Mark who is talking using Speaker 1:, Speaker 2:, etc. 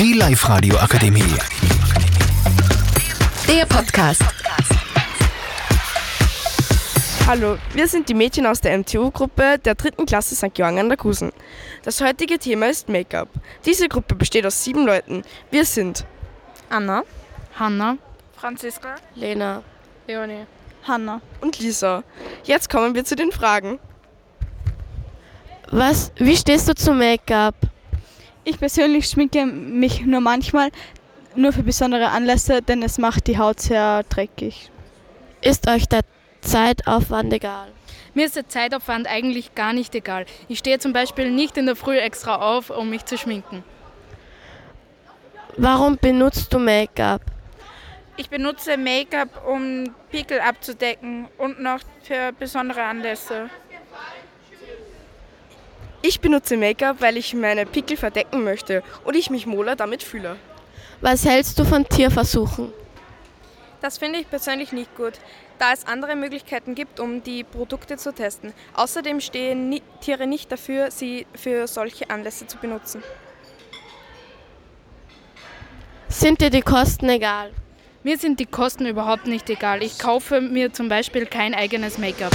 Speaker 1: Die Live-Radio Akademie.
Speaker 2: Der Podcast.
Speaker 3: Hallo, wir sind die Mädchen aus der MTU-Gruppe der dritten Klasse St. Johann an der Kusen. Das heutige Thema ist Make-up. Diese Gruppe besteht aus sieben Leuten. Wir sind
Speaker 4: Anna,
Speaker 5: Hanna,
Speaker 6: Franziska,
Speaker 4: Lena
Speaker 6: Leonie.
Speaker 5: Hanna.
Speaker 3: und Lisa. Jetzt kommen wir zu den Fragen.
Speaker 4: Was, wie stehst du zu Make-up?
Speaker 5: Ich persönlich schminke mich nur manchmal, nur für besondere Anlässe, denn es macht die Haut sehr dreckig.
Speaker 4: Ist euch der Zeitaufwand egal?
Speaker 7: Mir ist der Zeitaufwand eigentlich gar nicht egal. Ich stehe zum Beispiel nicht in der Früh extra auf, um mich zu schminken.
Speaker 4: Warum benutzt du Make-up?
Speaker 6: Ich benutze Make-up, um Pickel abzudecken und noch für besondere Anlässe.
Speaker 3: Ich benutze Make-up, weil ich meine Pickel verdecken möchte und ich mich wohler damit fühle.
Speaker 4: Was hältst du von Tierversuchen?
Speaker 8: Das finde ich persönlich nicht gut, da es andere Möglichkeiten gibt, um die Produkte zu testen. Außerdem stehen ni Tiere nicht dafür, sie für solche Anlässe zu benutzen.
Speaker 4: Sind dir die Kosten egal?
Speaker 7: Mir sind die Kosten überhaupt nicht egal. Ich kaufe mir zum Beispiel kein eigenes Make-up.